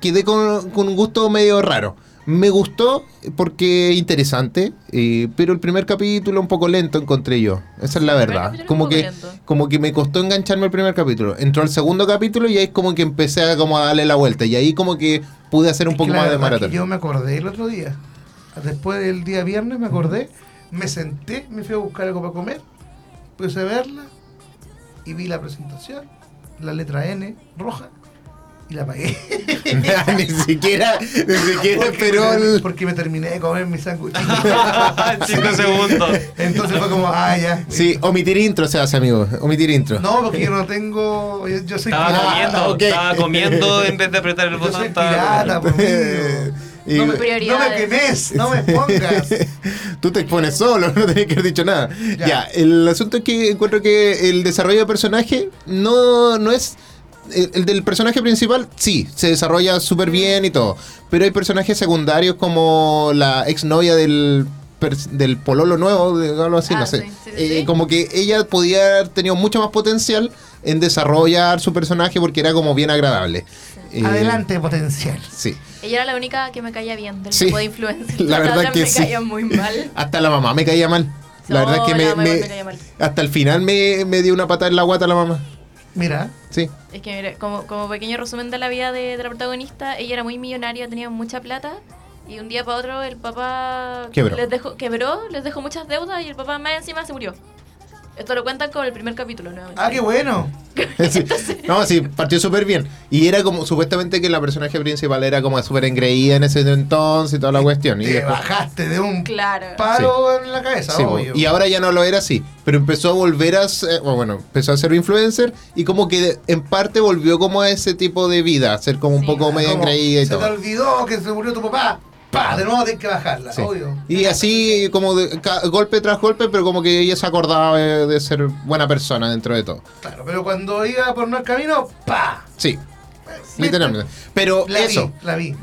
C: quedé con, con un gusto medio raro. Me gustó porque interesante, eh, pero el primer capítulo un poco lento encontré yo. Esa es la
B: primer
C: verdad.
B: capítulo es
C: Como
B: un poco
C: que
B: lento.
C: como que me costó engancharme el primer capítulo. Entró al segundo capítulo y ahí es como que empecé a como a darle la vuelta y ahí como que pude hacer un
D: Es
C: poco
D: que la
C: más de
D: verdad que
C: maratón.
D: Yo me acordé el otro día. Después del día viernes me acordé, me senté, me fui a buscar algo para comer, puse a verla y vi la presentación, la letra N roja y la pagué.
C: ni siquiera ni siquiera esperó
D: me,
C: el-
D: porque me terminé de comer mi sándwich.
A: Cinco segundos.
D: Entonces fue como, ah, ya.
C: Sí, omitir intro se hace, amigo. Omitir intro.
D: No, porque yo no tengo. Yo, yo soy
A: Estaba
C: Ah,
D: pirata.
A: comiendo,
C: ok.
A: estaba comiendo en vez de apretar el
D: Yo soy
A: botón. Estaba...
D: pirata, por Dios.
C: Y-
D: no, me, no me
B: Prioridades.
D: quemes, no me pongas.
C: Tú te expones solo, no tenés que haber dicho nada. Ya,
D: Ya.
C: el asunto es que encuentro que el desarrollo de personaje no, no es... El, el del personaje principal, sí, se desarrolla súper bien y todo. Pero hay personajes secundarios como la exnovia del, pers- del pololo nuevo, de- algo así,
B: Ah,
C: no sé.
B: sí, sí, sí,
C: Eh,
B: sí.
C: Como que ella podía haber tenido mucho más potencial en desarrollar su personaje porque era como bien agradable. Eh,
D: Adelante, potencial.
C: Sí.
B: Ella era la única que me caía bien del
C: Sí.
B: grupo de influencers.
C: La
B: Las
C: verdad
B: otras
C: que
B: me
C: sí.
B: caían muy mal.
C: Hasta la mamá me caía mal. La
B: No,
C: verdad es que me,
B: la mamá
C: me-
B: igual me caía mal.
C: hasta el final me, me dio una patada en la guata la mamá.
D: Mira,
C: Sí.
B: Es que, mira, como, como pequeño resumen de la vida de, de la protagonista, ella era muy millonaria, tenía mucha plata. Y un día para otro el papá
C: Quebró.
B: les dejó, quebró, les dejó muchas deudas y el papá más encima se murió. Esto lo cuentan con el primer capítulo, nuevamente.
D: ah, qué bueno.
C: Sí. No, sí, partió súper bien. Y era como, supuestamente que la personaje principal era como súper engreída en ese entonces y toda la cuestión. Y,
D: Te
C: después-
D: bajaste de un
B: Claro.
D: palo en la cabeza,
C: sí, po.
D: obvio.
C: y ahora ya no lo era así. Pero empezó a volver a ser, o bueno, empezó a ser influencer y como que en parte volvió como a ese tipo de vida, a ser como un
B: Sí.
C: poco
D: Como,
C: medio engreída y
D: Se te
C: todo.
D: olvidó que se murió tu papá. Pa, de nuevo tienes que bajarla,
C: Sí.
D: obvio.
C: Y así como de- ca- golpe tras golpe, pero como que ella se acordaba de, de ser buena persona dentro de todo.
D: Claro, pero cuando iba por un mal camino, pa.
C: Sí, literalmente. Pero
D: La
C: eso,
D: vi, la vi.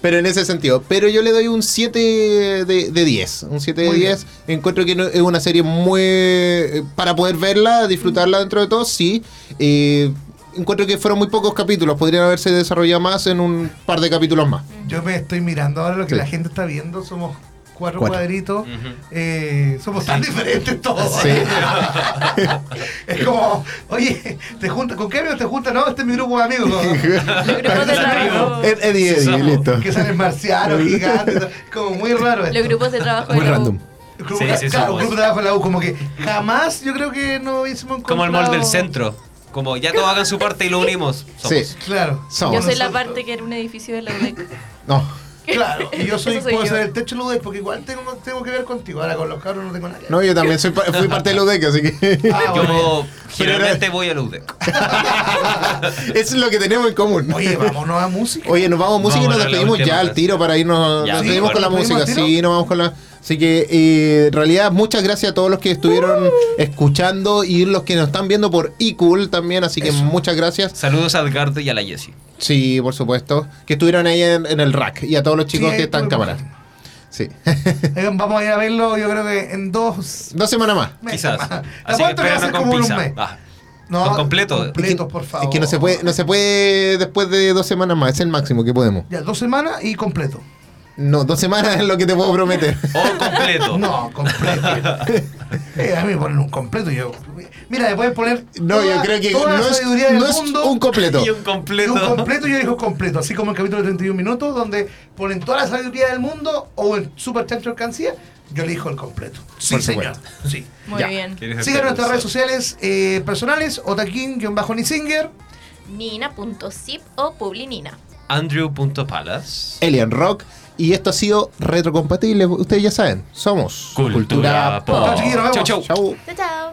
C: pero en ese sentido. Pero yo le doy un 7 de, de 10. Un 7 de
D: Muy
C: 10. Encuentro que no- es una serie muy... eh, Para poder verla, disfrutarla dentro de todo, sí. Eh, encuentro que fueron muy pocos capítulos. Podrían haberse desarrollado más en un par de capítulos más.
D: Yo me estoy mirando ahora lo
C: Sí.
D: que la gente está viendo. Somos cuatro,
C: Cuatro.
D: cuadritos.
A: Ujú.
D: Eh, somos tan diferentes todos.
C: Sí.
D: es como, oye, te junta, ¿con qué amigos te juntas? No, este es mi grupo de amigos. Este
B: El grupo de trabajo.
C: Ed- Eddie, Eddie,
A: Somos-
C: listo.
D: que salen marcianos, gigantes. Es como muy raro. esto.
B: Los grupos de trabajo.
C: Muy
B: de la U.
C: random.
D: El grupo,
A: Sí,
D: de-
A: sí,
D: claro,
A: somos.
D: el grupo de trabajo de la U, como que jamás yo creo que no hubiésemos encontrado.
A: Como el mall del centro. Como ya todos hagan su parte y lo unimos. Somos.
C: Sí.
D: Claro.
C: Somos.
B: Yo soy la parte que era un edificio de la E UDEC.
C: No.
D: Claro, y yo soy,
B: Eso soy
D: puedo
B: yo.
D: ser el techo Ludes porque igual tengo, tengo que ver contigo. Ahora con los cabros no tengo nada que ver.
C: No, yo también soy, pa- fui parte de la UDEC, así que...
D: Ah, bueno.
A: Yo generalmente voy a UDEC.
C: Eso es lo que tenemos en común.
D: Oye, vámonos a música.
C: Oye, nos vamos a
A: Vamos
C: música y
A: a
C: nos
A: la
C: despedimos
A: última
C: ya al
A: canción.
C: tiro para irnos.
A: Ya,
C: nos
A: sí,
C: despedimos
A: bueno.
C: con la
D: ¿Nos
C: música,
D: despedimos al
C: sí, nos vamos con la. Así que, eh, en realidad, muchas gracias a todos los que estuvieron
D: Uh.
C: escuchando y los que nos están viendo por eCool también. Así que muchas gracias.
A: Saludos a Edgardo y a la Jessie.
C: Sí, por supuesto. Que estuvieron ahí en, en el rack y a todos los chicos
D: Sí,
C: que están en
D: estuve
C: cámara. Sí.
D: Eh, Vamos a ir a verlo, yo creo que en dos.
C: Dos semanas más.
D: meses
A: Quizás.
D: más. ¿A
A: Así que
D: cuánto le va
A: espéranos
D: a hacer
A: con
D: como en un
A: pizza.
D: mes?
A: Ah, con completo.
D: Completos,
C: Es que-
D: por favor.
C: Es que no se, puede, no se puede después de dos semanas más. Es el máximo que podemos.
D: Ya, dos semanas y completo.
C: No, dos semanas es lo que te puedo prometer.
A: O completo.
D: No, completo. Eh, a mí me ponen un completo. Yo, mira, me pueden poner.
C: No, yo creo que
D: toda la
C: no es,
D: sabiduría del
C: no es
D: mundo
C: un completo.
A: Y un
D: y
A: completo.
D: un completo, yo digo completo. Así como el capítulo de 31 minutos, donde ponen toda la sabiduría del mundo o el super chancho alcancía, yo elijo el completo. Sí,
C: Por
D: señor. Sí.
B: Muy
C: Ya.
B: bien.
A: ¿Quieres
D: Sigan
A: hacer
D: nuestras redes
A: eso?
D: sociales eh, personales: otaquín-nisinger.
B: Nina.zip o Publinina.
A: Andrew.palas.
C: Alien Rock. Y esto ha sido Retrocompatible. Ustedes ya saben, somos
A: Cultura Pop.
D: Chao, chiquillos, nos vemos.
A: Chau, chau.
C: Chau.
B: Chao, chao.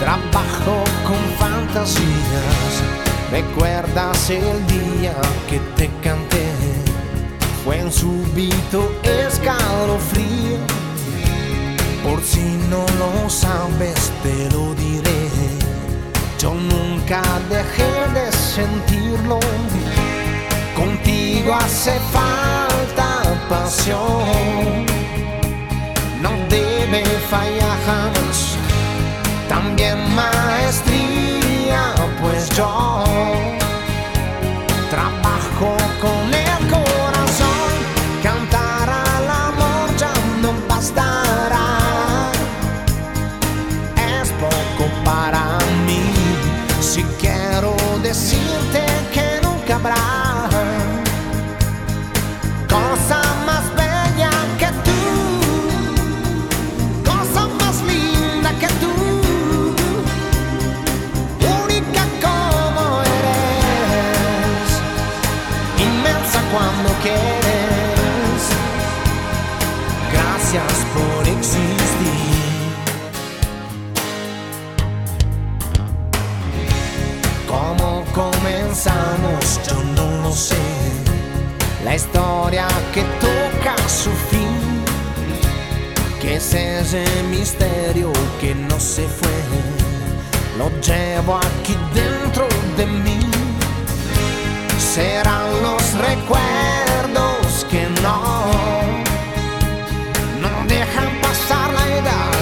F: trabajo con fantasías. ¿Recuerdas el día que te canté? Fue un súbito escalofrío. Por si no lo sabes, te lo diré. Yo nunca dejé de sentirlo. Contigo hace falta pasión. No debe fallar jamás también maestría, pues yo trabajo con el corazón, cantar al amor ya no bastará, es poco para mí, si quiero decirte que nunca habrá cosa más bella que tú cosa más linda que tú, única como eres, inmensa cuando quieres. Gracias por existir. ¿Cómo comenzamos? Yo no lo sé. La historia que toca su fin. ¿Qué es ese misterio que no se fue? Lo llevo aquí dentro de mí. Serán los recuerdos que no, no dejan pasar la edad.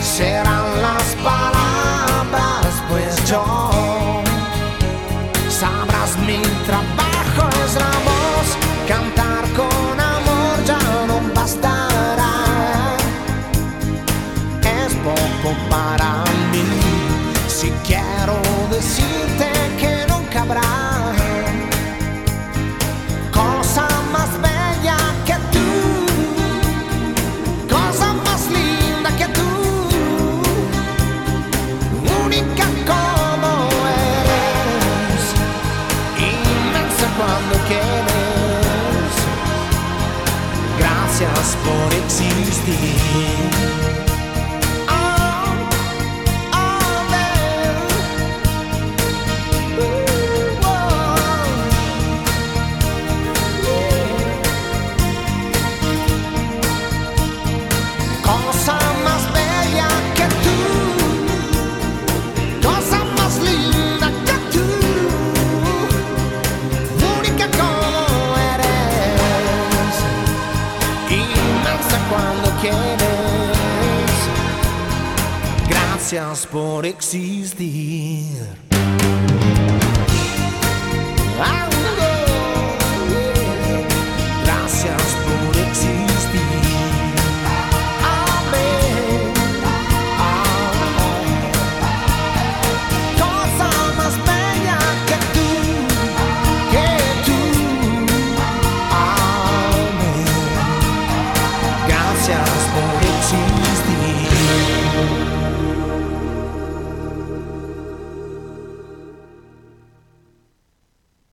F: Serán las palabras, pues yo sabrás mi trabajo es la voz, cantar con amor ya no bastará. Es poco para mí, si quiero decirte que nunca habrá cosa más bella que tú, cosa más linda que tú única como eres, inmensa cuando quieres. Gracias por existir. Oh, oh, babe. Ooh, oh. Yeah. Cosa más bella que tú, cosa más linda que tú, única como eres, inmensa cuando quieres. Gracias por existir.